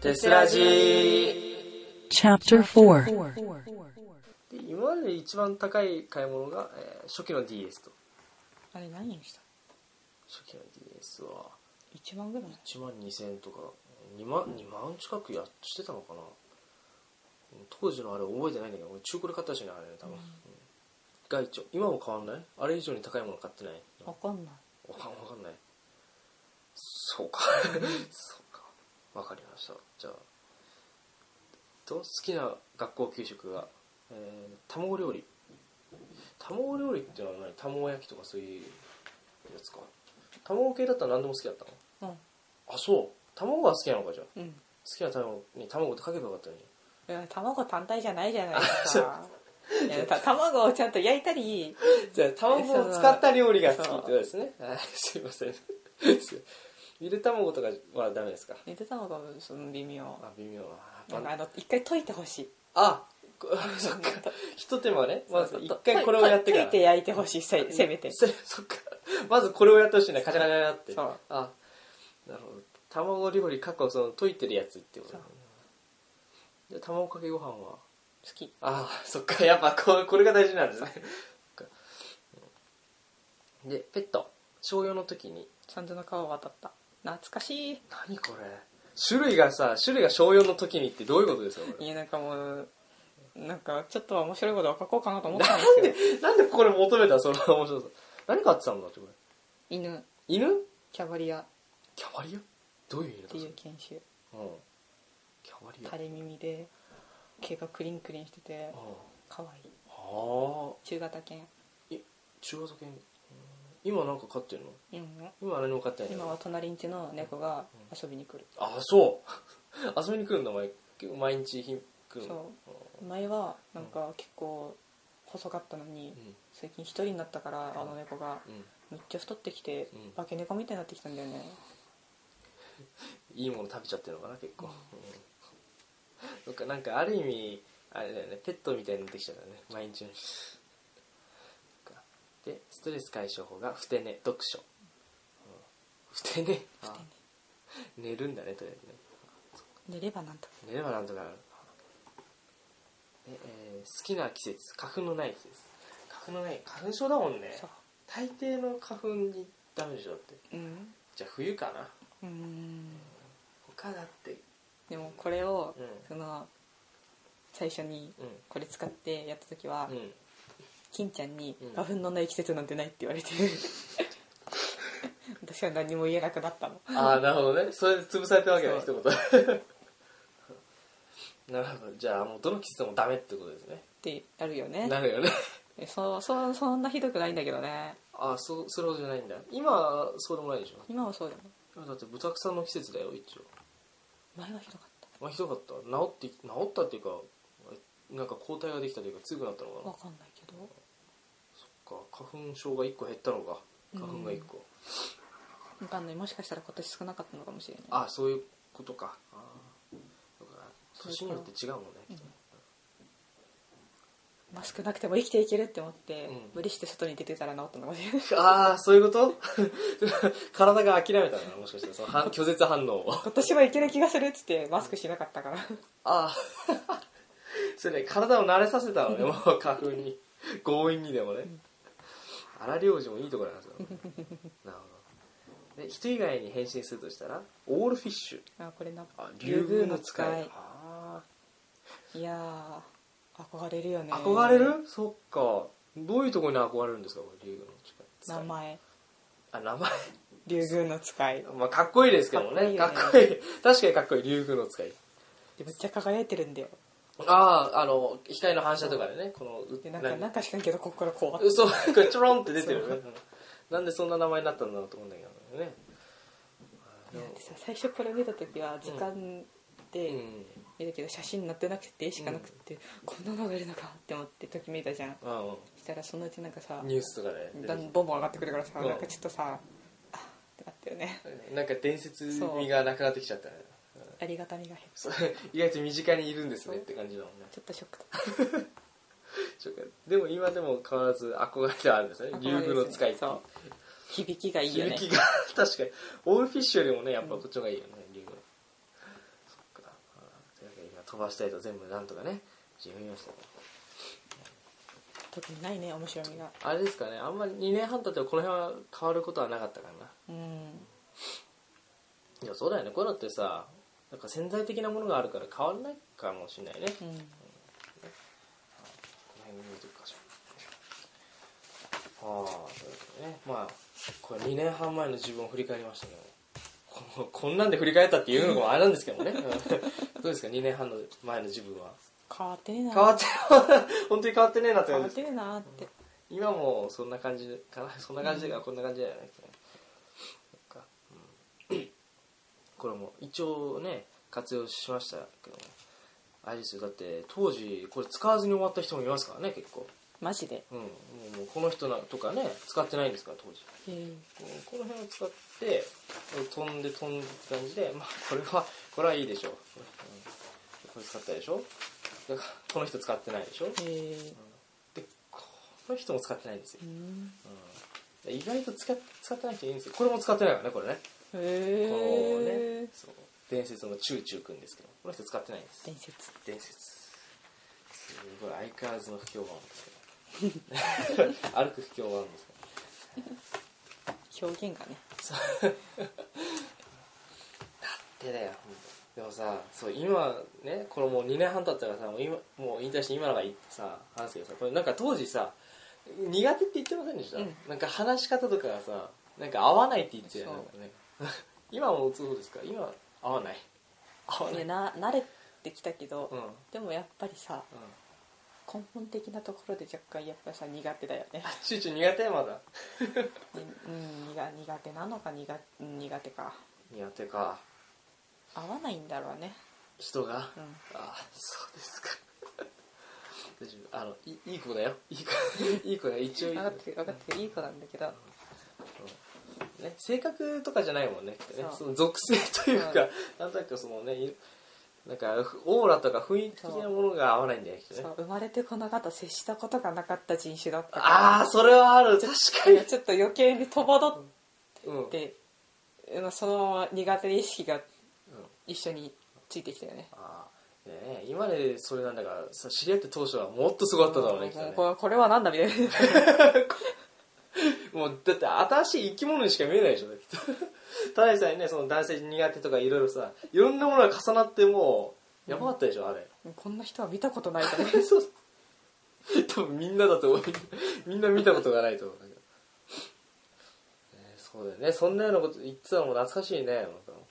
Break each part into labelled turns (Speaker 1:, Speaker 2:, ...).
Speaker 1: テスラジー
Speaker 2: Chapter 4
Speaker 1: で今まで一番高い買い物が、えー初期の DS と
Speaker 3: あれ何にした
Speaker 1: 初期の DS は
Speaker 3: ?1 万ぐらい
Speaker 1: 1万2000円とか2万 ,2 万近くやしてたのかな当時のあれ覚えてないんだけど俺中古で買ったしねあれね多分、うん、が一応今も変わんないあれ以上に高いもの買ってない
Speaker 3: わかんない。
Speaker 1: わかんわかんないそうかそうかわかりましたじゃあと好きな学校給食が、えー卵料理卵料理ってのは何卵焼きとかそういうやつか卵系だったら何でも好きだったの
Speaker 3: うん。
Speaker 1: あそう卵が好きなのかじゃあ
Speaker 3: うん。
Speaker 1: 好きな卵に卵ってかけばよかったのに
Speaker 3: いや卵単体じゃないじゃないですか。いや た卵をちゃんと焼いたり、
Speaker 1: じゃあ卵を使った料理が好きってことです ねはいすいませんゆで卵とかはダメですか
Speaker 3: ゆで卵もその微妙。
Speaker 1: あ微妙
Speaker 3: なんか
Speaker 1: な
Speaker 3: あの、一回溶いてほしい。
Speaker 1: あこそっかひと手間ねまず
Speaker 3: そう
Speaker 1: 一回これをやってか
Speaker 3: 溶
Speaker 1: ら
Speaker 3: い溶いて焼いてほしい、せせめて。
Speaker 1: せそっかまずこれをやってほしいねカチャカチャカチャって
Speaker 3: そう
Speaker 1: あなるほど卵料理過去その溶いてるやつってことだねで卵かけご飯は
Speaker 3: 好き。
Speaker 1: ああそっかやっぱここれが大事なんですねそっかうんでペット小用の時に
Speaker 3: サンズの川を渡った。懐かしい。
Speaker 1: 何これ種類がさ種類が小用の時にってどういうことですかこれ
Speaker 3: いや、なんかもう、なんかちょっと面白いことを書こうかなと思ったんで
Speaker 1: なん
Speaker 3: すけ
Speaker 1: で
Speaker 3: ど。
Speaker 1: なんでこれ求めたその面白さ何飼ってたんだってこれ
Speaker 3: 犬、
Speaker 1: 犬
Speaker 3: キャバリアっ
Speaker 1: キャバリアどういう犬だ
Speaker 3: て
Speaker 1: それ
Speaker 3: いう研修。
Speaker 1: うんキャバリア
Speaker 3: 垂れ耳で、毛がクリンクリンしてて
Speaker 1: あ、
Speaker 3: 可愛い。
Speaker 1: ああ
Speaker 3: 中型犬。
Speaker 1: 中型犬うん今なんか飼ってるの
Speaker 3: うん。
Speaker 1: 今何も飼ってないの
Speaker 3: 今は隣ん家の猫が遊びに来る、
Speaker 1: ああそう 遊びに来るんだ毎結構毎日日来るの
Speaker 3: 前はなんか結構細かったのに、
Speaker 1: うん
Speaker 3: 最近一人になったからあの猫が
Speaker 1: うん
Speaker 3: めっちゃ太ってきて、
Speaker 1: うん
Speaker 3: 化け猫みたいになってきたんだよね
Speaker 1: いいもの食べちゃってるのかな結構、うんそっかなんかある意味あれだよねペットみたいになってきちゃったね毎日のようにそっかでストレス解消法がふて寝読書、うんふて寝
Speaker 3: ふて
Speaker 1: 寝るんだねとりあえずね
Speaker 3: 寝ればなんとか
Speaker 1: 寝ればなんとかなるで、えー好きな季節花粉のない季節花粉のない花粉症だもんね
Speaker 3: そう
Speaker 1: 大抵の花粉にダメでしょだって
Speaker 3: うん
Speaker 1: じゃあ冬かな
Speaker 3: うん
Speaker 1: 他だって
Speaker 3: でもこれを、
Speaker 1: うん
Speaker 3: その最初に
Speaker 1: う
Speaker 3: これ使ってやった時は、
Speaker 1: んうん
Speaker 3: 金ちゃんに
Speaker 1: うん
Speaker 3: 「花粉のない季節なんてない」って言われて 私は何も言えなくなったの
Speaker 1: ああなるほどねそれで潰されたわけだね一
Speaker 3: そ
Speaker 1: 言 なるほどじゃあもうどの季節もダメってことですね
Speaker 3: ってなるよね
Speaker 1: なる よね
Speaker 3: えそうそうそんなひどくないんだけどね
Speaker 1: ああそうそれほどじゃないんだ今はそうでもないでしょ
Speaker 3: 今はそうだもん
Speaker 1: 今だってブタクさんの季節だよ一応
Speaker 3: 前はひどかっ
Speaker 1: まあひどかった治って治ったっていうかなんか抗体ができたというか強くなったのかな
Speaker 3: たわかんないけど
Speaker 1: そっか花粉症が1個減ったのか花粉が1個、
Speaker 3: わかんないもしかしたら今年少なかったのかもしれない
Speaker 1: あそういうことかあーそうか年によって違うもんね、きっとね
Speaker 3: マスクなくても生きていけるって思って、
Speaker 1: うん
Speaker 3: 無理して外に出てたら治ったのかもしれない
Speaker 1: ああそういうこと 体が諦めたのかなもしかしてそのは拒絶反応を
Speaker 3: 今年はいける気がするっつってマスクしなかったから
Speaker 1: ああそれね体を慣れさせたのねもう花粉に強引にでもね荒療治もいいところなんですよなるほどで人以外に変身するとしたらオールフィッシュ
Speaker 3: あこれな
Speaker 1: あ
Speaker 3: 竜宮の使い
Speaker 1: あ
Speaker 3: いやー憧れるよね
Speaker 1: ー憧れるそっかどういうところに憧れるんですかこれ竜宮の使い
Speaker 3: 名前
Speaker 1: あ名前
Speaker 3: 竜宮の使い
Speaker 1: まあかっこいいですけどもねかっ
Speaker 3: かっ
Speaker 1: こ
Speaker 3: こ
Speaker 1: いい確かにかっこいい竜宮の使い
Speaker 3: でめっちゃ輝いてるんだよ
Speaker 1: あああの光の反射とかでねこのう
Speaker 3: でなんかなんか知らんけどここからこうあって
Speaker 1: 嘘これちょろんって出てるよね なんでそんな名前になったんだろうと思うんだけどね
Speaker 3: だってさ最初これ見た時は図鑑
Speaker 1: う
Speaker 3: で
Speaker 1: ん
Speaker 3: 見たけど写真になってなくて絵しかなくて、こんなのがいるのかって思ってときめいたじゃん
Speaker 1: あ
Speaker 3: したらそのうちなんかさ
Speaker 1: あニュースとかで出
Speaker 3: だ
Speaker 1: て
Speaker 3: んボンボン上がってくるからさ、
Speaker 1: うん
Speaker 3: なんかちょっとさあってなったよね
Speaker 1: きてなんか伝説味がなくなってきちゃったね
Speaker 3: ありがたみが減った
Speaker 1: そう意外と身近にいるんですねって感じだもんね
Speaker 3: ちょっとショックだ
Speaker 1: そうかでも今でも変わらず憧れてはあるんですね
Speaker 3: 憧れです
Speaker 1: 竜
Speaker 3: ね
Speaker 1: 宮の使いって
Speaker 3: そう響きがいいよね
Speaker 1: 響きが確かにオールフィッシュよりもねやっぱこっちの方がいいよね竜宮そっか飛ばしたいと全部なんとかね読みましたね
Speaker 3: 特にないね面白みが
Speaker 1: あれですかねあんまり2年半経ってもこの辺は変わることはなかったかな
Speaker 3: うん
Speaker 1: いやそうだよねこういうのってさなんか潜在的なものがあるから変わらないかもしれないね、
Speaker 3: う
Speaker 1: こ
Speaker 3: ん
Speaker 1: の辺見ておきましょうああそうですねまあこれ2年半前の自分を振り返りましたけどここんなんで振り返ったっていうのもあれなんですけどもねうんどうですか2年半の前の自分は
Speaker 3: 変わってねえな
Speaker 1: 変わって 本当に変わってねえなって
Speaker 3: 変
Speaker 1: 感
Speaker 3: わ
Speaker 1: じ
Speaker 3: ってねえなって
Speaker 1: 今もそんな感じかなそんな感じだからこんな感じだよね、そっかうんこれも一応ね活用しましたけどもあれですよだって当時これ使わずに終わった人もいますからね結構、
Speaker 3: マジで
Speaker 1: うん、もうもうこの人なとかね使ってないんですから当時もうこの辺を使って飛んで飛んでって感じでまあこれはこれはいいでしょう、うんこれ使ったでしょだからこの人使ってないでしょ
Speaker 3: え
Speaker 1: でこの人も使ってないんですよ
Speaker 3: ーうん
Speaker 1: うん意外と使っ使ってない人いるんですよこれも使ってないからねこれねこう
Speaker 3: へ
Speaker 1: ね
Speaker 3: え
Speaker 1: そう伝説のチューチューくんですけどこの人使ってないんです
Speaker 3: 伝説
Speaker 1: 伝説すごい相変わらずの不協和音ですけど 歩く不協和音ですけど
Speaker 3: 表現がね
Speaker 1: 手だよでもさそう今ねこれもう2年半経ったからさもう今もう引退して今のがいいってさ話すけどさこれなんか当時さ苦手って言ってませんでした、
Speaker 3: うん
Speaker 1: なんか話し方とかがさなんか合わないって言ってたよね
Speaker 3: そう
Speaker 1: なんかね 今もそうですか今合わない合わ
Speaker 3: い
Speaker 1: ない
Speaker 3: やな慣れてきたけど、
Speaker 1: うんうん
Speaker 3: でもやっぱりさ根本的なところで若干やっぱさ苦手だよね
Speaker 1: チューチュー苦手まだ
Speaker 3: うん苦苦手なのか苦苦手か
Speaker 1: 苦手か
Speaker 3: 合わないんだろうね
Speaker 1: 人が、
Speaker 3: うん
Speaker 1: ああそうですか大丈夫あのいいい子だよいい子 いい子だよ一応いい子
Speaker 3: 分かってる分かってるいい子なんだけど
Speaker 1: ね、性格とかじゃないもんねきっとね
Speaker 3: そう
Speaker 1: その属性というか、なんとなくそのねいなんかふオーラとか雰囲気的なものが合わないんだよねきっと
Speaker 3: そ
Speaker 1: ね
Speaker 3: う生まれてこの方接したことがなかった人種だった
Speaker 1: ああそれはある確かに
Speaker 3: ちょっと余計に戸惑
Speaker 1: うん
Speaker 3: っ、て、うんそのまま苦手意識が
Speaker 1: うん
Speaker 3: 一緒についてきたよね
Speaker 1: ああねえ今までそれなんだからさ知り合って当初はもっとすごかっただろうねきっと
Speaker 3: も
Speaker 1: ね
Speaker 3: うこれこれはなんだみたいな
Speaker 1: もうだって新しい生き物にしか見えないでしょだって きっとただでさえねその男性苦手とかいろいろさいろんなものが重なってもうやばかったでしょ、あれ
Speaker 3: こんな人は見たことないと思う
Speaker 1: そう多分みんなだと思う みんな見たことがないと思うんだけど、ねそうだよねそんなようなこと言ってたのも懐かしいねなんか
Speaker 3: 懐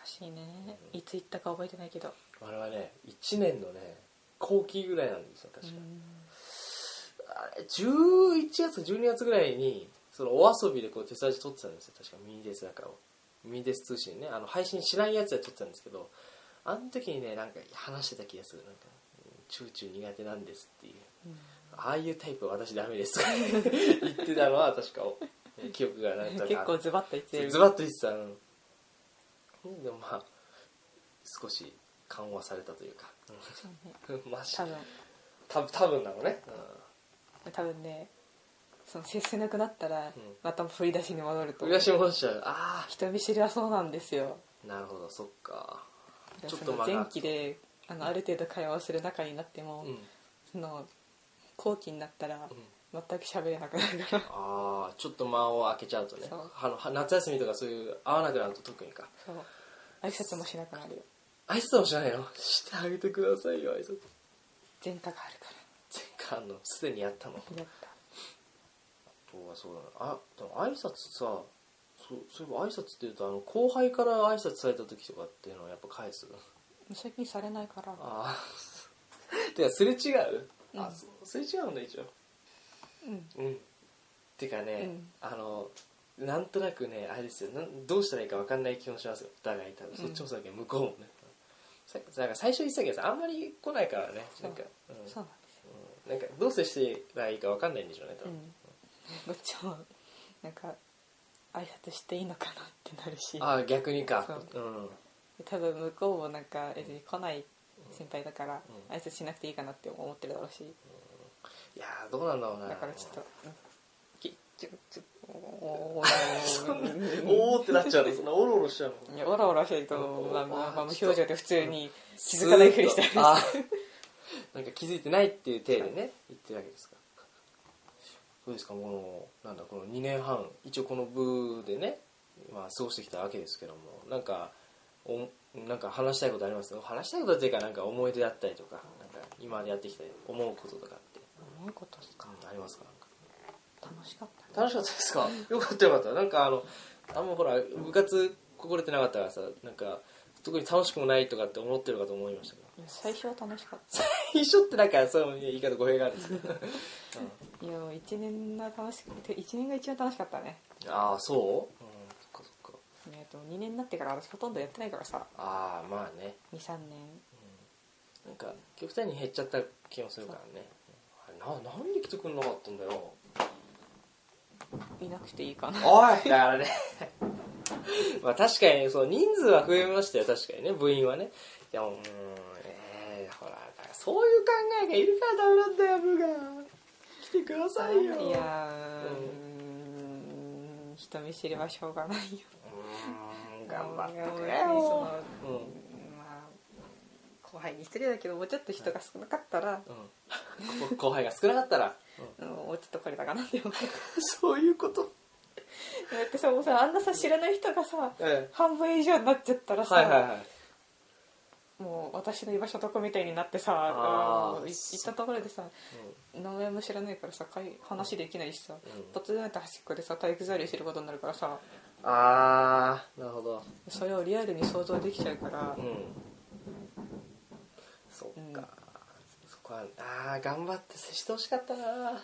Speaker 3: かしいねいつ行ったか覚えてないけど
Speaker 1: あれはね1年のね後期ぐらいなんですよ確か、あれ11月12月ぐらいにそのお遊びでこう手伝い撮ってたんですよ確かミニデスだからをミニデス通信ねあの配信しないやつで撮ってたんですけどあの時にねなんか話してた気がするなんか「チューチュー苦手なんです」っていう
Speaker 3: うん
Speaker 1: ああいうタイプは私ダメですと か言ってたのは確か記憶がなんとなく
Speaker 3: 結構ズバッと言ってる
Speaker 1: ズバッと言ってたのでもまあ少し緩和されたというか
Speaker 3: そうね
Speaker 1: うん まあ
Speaker 3: 多分
Speaker 1: た多分なのね、
Speaker 3: 多分ねその接せなくなったら、
Speaker 1: うん
Speaker 3: また振り出しに戻る
Speaker 1: う
Speaker 3: と
Speaker 1: ん、浦島しちゃうあ
Speaker 3: 人見知りはそうなんですよ
Speaker 1: あなるほどそっかち
Speaker 3: そ
Speaker 1: ょっと
Speaker 3: の
Speaker 1: 間が
Speaker 3: 前期であのある程度会話をする仲になって
Speaker 1: う
Speaker 3: も、
Speaker 1: ん、うん、
Speaker 3: その後期になったら全く喋れなくなる から
Speaker 1: ああちょっと間を空けちゃうとね
Speaker 3: そう
Speaker 1: あのは夏休みとかそういう会わなくなると特にか
Speaker 3: そう挨拶もしなくなるよ
Speaker 1: 挨拶もしないのしてあげてくださいよ挨拶
Speaker 3: 前科があるか
Speaker 1: 前回あんのすでにやったの
Speaker 3: らやった
Speaker 1: そうだそうだあでも挨拶さそうそういえば挨拶っていうとあの後輩から挨拶された時とかっていうのはやっぱ返す
Speaker 3: 最近されないから
Speaker 1: ああ てかすれ違う、
Speaker 3: う
Speaker 1: あ
Speaker 3: ん
Speaker 1: そうすれ違うんだ一応
Speaker 3: うん
Speaker 1: うんてかね、
Speaker 3: うん
Speaker 1: あのなんとなくねあれですよなんどうしたらいいか分かんない気もしますよお互い多分そっちもそうだけど、向こうもねさなんか最初言ってたけどさあんまり来ないからねなんか、うん
Speaker 3: そうなんですよ
Speaker 1: うんなんかどう接したらいいか分かんないんでしょうね多
Speaker 3: う
Speaker 1: 分、
Speaker 3: んこっちもなんか挨拶していいのかなってなるし
Speaker 1: ああ逆にか、
Speaker 3: そう多分向こうもなんか別に来ない先輩だから
Speaker 1: うん
Speaker 3: 挨拶しなくていいかなって思ってるだろうし
Speaker 1: ん、いやーどうなんだろうな
Speaker 3: だからちょっとうんきちょちょお
Speaker 1: そんな
Speaker 3: ー
Speaker 1: おおってなっちゃうのそんなおろおろしちゃうの
Speaker 3: いやオラオラしてると、まあ、まあまあ無表情で普通に気
Speaker 1: ずー
Speaker 3: づ
Speaker 1: っと
Speaker 3: かないふりしてる
Speaker 1: あーなんか気づいてないっていう体でね言ってるわけですからどうですかこのなんだこの2年半一応この部でね、まあ、過ごしてきたわけですけどもなんかおなんか話したいことあります話したいことっていうかなんか思い出だったりとかなんか今までやってきた思うこととかって、
Speaker 3: 思うことですか
Speaker 1: うんありますかなんか
Speaker 3: 楽しかった
Speaker 1: 楽しかったですか よかったよかったなんかあのあんまほら部活心れてなかったからさなんか特に楽しくもないとかって思ってるかと思いましたけど
Speaker 3: 最初は楽しかっ
Speaker 1: 一緒ってなんかそういう言い方語弊があるんですけど、
Speaker 3: たいやもう1年が楽しくて1年が一番楽しかったね
Speaker 1: ああそう、うん、そっかそっか
Speaker 3: えっと2年になってから私ほとんどやってないからさ
Speaker 1: ああまあね、
Speaker 3: 23年
Speaker 1: うん、なんか極端に減っちゃった気もするからねあれななんで来てくんなかったんだよ
Speaker 3: いなくていいかな
Speaker 1: おいだからね まあ確かにそう人数は増えましたよ確かにね部員はねいやうーんええほらだからそういう考えがいるからダメなんだよ部が来てくださいよ
Speaker 3: いやーうーん人見知りはしょうがないよ
Speaker 1: うーん頑張ってくれ
Speaker 3: 別にそ
Speaker 1: よ
Speaker 3: の
Speaker 1: うん
Speaker 3: まあ後輩に失礼だけどもうちょっと人が少なかったら、
Speaker 1: うん、 後輩が少なかったら、
Speaker 3: うんもうちょっとこれだか なって思う
Speaker 1: そういうこと、
Speaker 3: だってさもうさあんなさ知らない人がさ
Speaker 1: え
Speaker 3: 半分以上になっちゃったら
Speaker 1: え、
Speaker 3: さ、
Speaker 1: はいはいはい
Speaker 3: もう私の居場所どこみたいになってさ
Speaker 1: あー
Speaker 3: もうい行ったところでさ名前も知らないからさ会話できないしさ、
Speaker 1: うん
Speaker 3: 突然なんて端っこでさ体育座りしてることになるからさ
Speaker 1: ああなるほど
Speaker 3: それをリアルに想像できちゃうから
Speaker 1: う、んそっか、
Speaker 3: うん
Speaker 1: そこはああ頑張って接してほしかったな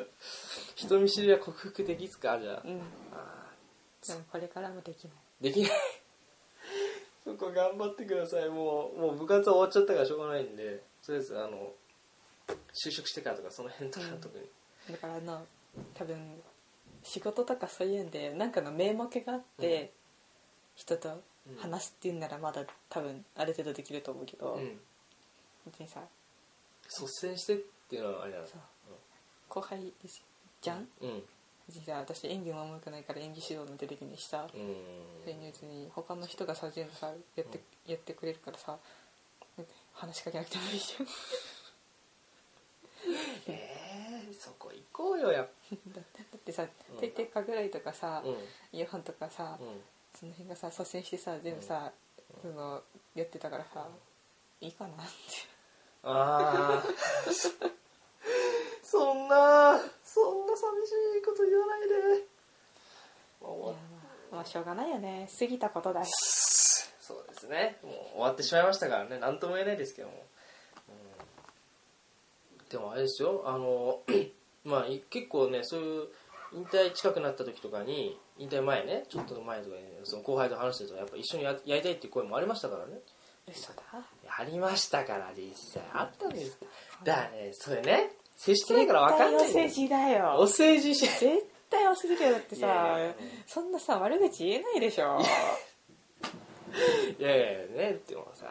Speaker 1: 人見知りは克服できつかじゃあ
Speaker 3: うん、で
Speaker 1: あ
Speaker 3: もこれからもできない
Speaker 1: ーできないそこ頑張ってくださいもうもう部活終わっちゃったからしょうがないんでとりあえずあの就職してからとかその辺とか
Speaker 3: うん
Speaker 1: 特に、
Speaker 3: だからあの多分仕事とかそういうんでなんかの名目があって、
Speaker 1: うん
Speaker 3: 人と話すっていうんならまだ多分ある程度できると思うけど、
Speaker 1: うん、
Speaker 3: 別にさ
Speaker 1: 率先してっていうのはあれなんです
Speaker 3: そう後輩ですじゃん
Speaker 1: うん
Speaker 3: 別にさ私演技もうまくないから演技指導なんてできないしさ、
Speaker 1: うん
Speaker 3: それに別に他の人がさ全部さやって,、やってくれるからさ話しかけなくてもいいじゃん
Speaker 1: えー、そこ行こうよやっ
Speaker 3: だってだってさ
Speaker 1: うん
Speaker 3: 定点かぐらいとかさ
Speaker 1: ぱ、、うん
Speaker 3: イヤホンとかさ、
Speaker 1: うん
Speaker 3: その辺がさ率先してさ全部さ、そのやってたからさ、いいかなって
Speaker 1: ああそんなそんな寂しいこと言わないでまあ終
Speaker 3: いや
Speaker 1: わっ
Speaker 3: まあ、まあしょうがないよね過ぎたことだし
Speaker 1: そうですねもう終わってしまいましたからね何とも言えないですけども、うんでもあれですよあの まあい結構ねそういう引退近くなった時とかに引退前ねちょっと前とかに、その後輩と話してるとやっぱ一緒にややりたいっていう声もありましたからね
Speaker 3: 嘘だ
Speaker 1: やりましたから実際あったんですだからねそれね接してないから分かんない
Speaker 3: 絶対お世辞だ
Speaker 1: お
Speaker 3: よ
Speaker 1: 世辞し
Speaker 3: 絶対お世辞だよだってさ
Speaker 1: いやいや
Speaker 3: そんなさ悪口言えないでしょ
Speaker 1: いやいやいやねでもさ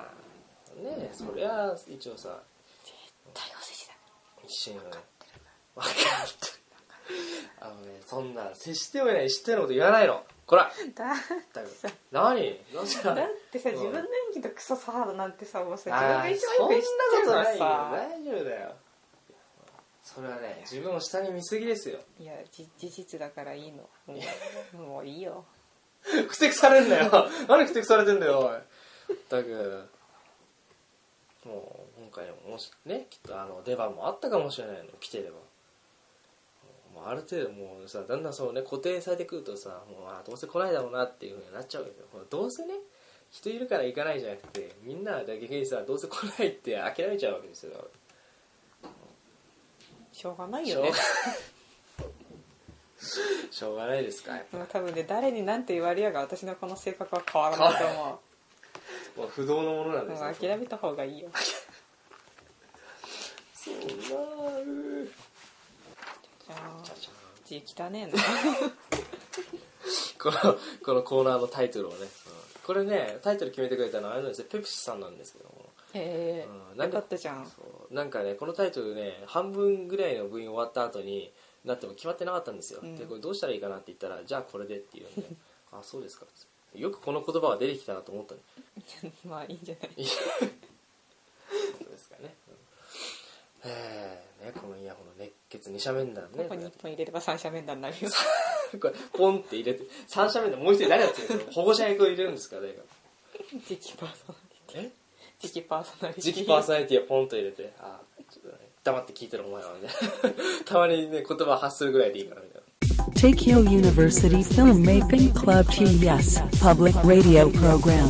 Speaker 1: ねえそりゃ一応さ
Speaker 3: 絶対お世辞だ
Speaker 1: 一緒に分かってる分かってるあのねそんな接してもいない知ってること言わないのこら
Speaker 3: だ
Speaker 1: ったく 何どうした
Speaker 3: だってさ
Speaker 1: うん
Speaker 3: 自分の演技のクソさなんてさもうさ自分
Speaker 1: あ
Speaker 3: が
Speaker 1: ー
Speaker 3: 一
Speaker 1: そ
Speaker 3: 番
Speaker 1: んな
Speaker 3: よく知っ
Speaker 1: こ
Speaker 3: ち
Speaker 1: と
Speaker 3: ゃう
Speaker 1: ないよ
Speaker 3: からさ
Speaker 1: 大丈夫だよそれはね自分を下に見すぎですよ
Speaker 3: いやじ事実だからいいのもうもういいよ
Speaker 1: 不適されんだよ何不適されてんだよおいったくもう今回ももしねきっとあの出番もあったかもしれないの来てればもうある程度もうさだんだんそうね固定されてくるとさもうあどうせ来ないだろうなっていうふうになっちゃうけどほらどうせね人いるから行かないじゃなくてみんなだけにさどうせ来ないって諦めちゃうわけですよ
Speaker 3: しょうがない
Speaker 1: し
Speaker 3: よ
Speaker 1: ょ
Speaker 3: ね
Speaker 1: うしょうがないですかやっぱ
Speaker 3: もう多分ね誰に何て言われようが私のこの性格は変わらないと 思
Speaker 1: もう不動のものなん
Speaker 3: う
Speaker 1: で
Speaker 3: も
Speaker 1: す
Speaker 3: う諦めた方がいいよ
Speaker 1: そうなる
Speaker 3: じゃあ
Speaker 1: じゃじゃん
Speaker 3: 字汚ねえな
Speaker 1: このこのコーナーのタイトルをね、うんこれねタイトル決めてくれたのはあれなんですよペプシさんなんですけども、
Speaker 3: え
Speaker 1: う
Speaker 3: えよ
Speaker 1: で
Speaker 3: かったじゃん
Speaker 1: そうなんかねこのタイトルね半分ぐらいの部員終わった後になっても決まってなかったんですよ、
Speaker 3: うん
Speaker 1: でこれどうしたらいいかなって言ったらじゃあこれでっていうんであそうですかよくこの言葉が出てきたなと思ったね
Speaker 3: まあいいんじゃない
Speaker 1: そうですかね、うんえーねこのイヤホンの熱血二者面談ね
Speaker 3: ここに1本入れれば三者面談になる よ
Speaker 1: これポンって入れて三者面談もう一人誰やってるんですか保護者役を入れるんですか誰が
Speaker 3: 次期パーソナリテ
Speaker 1: え
Speaker 3: ィ次期パーソナリティ
Speaker 1: 次期パーソナリティをポンと入れて、あーちょっとね、黙って聞いてるお前はみたいな。 たまにね、言葉発するぐらいでいいからみたいな。
Speaker 2: Takeo University Filmmaking Club TES Public Radio Program.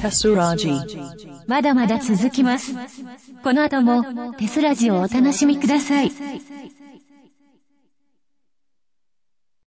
Speaker 2: Tessuraji.
Speaker 4: まだまだ続きます。この後もテスラジをお楽しみください。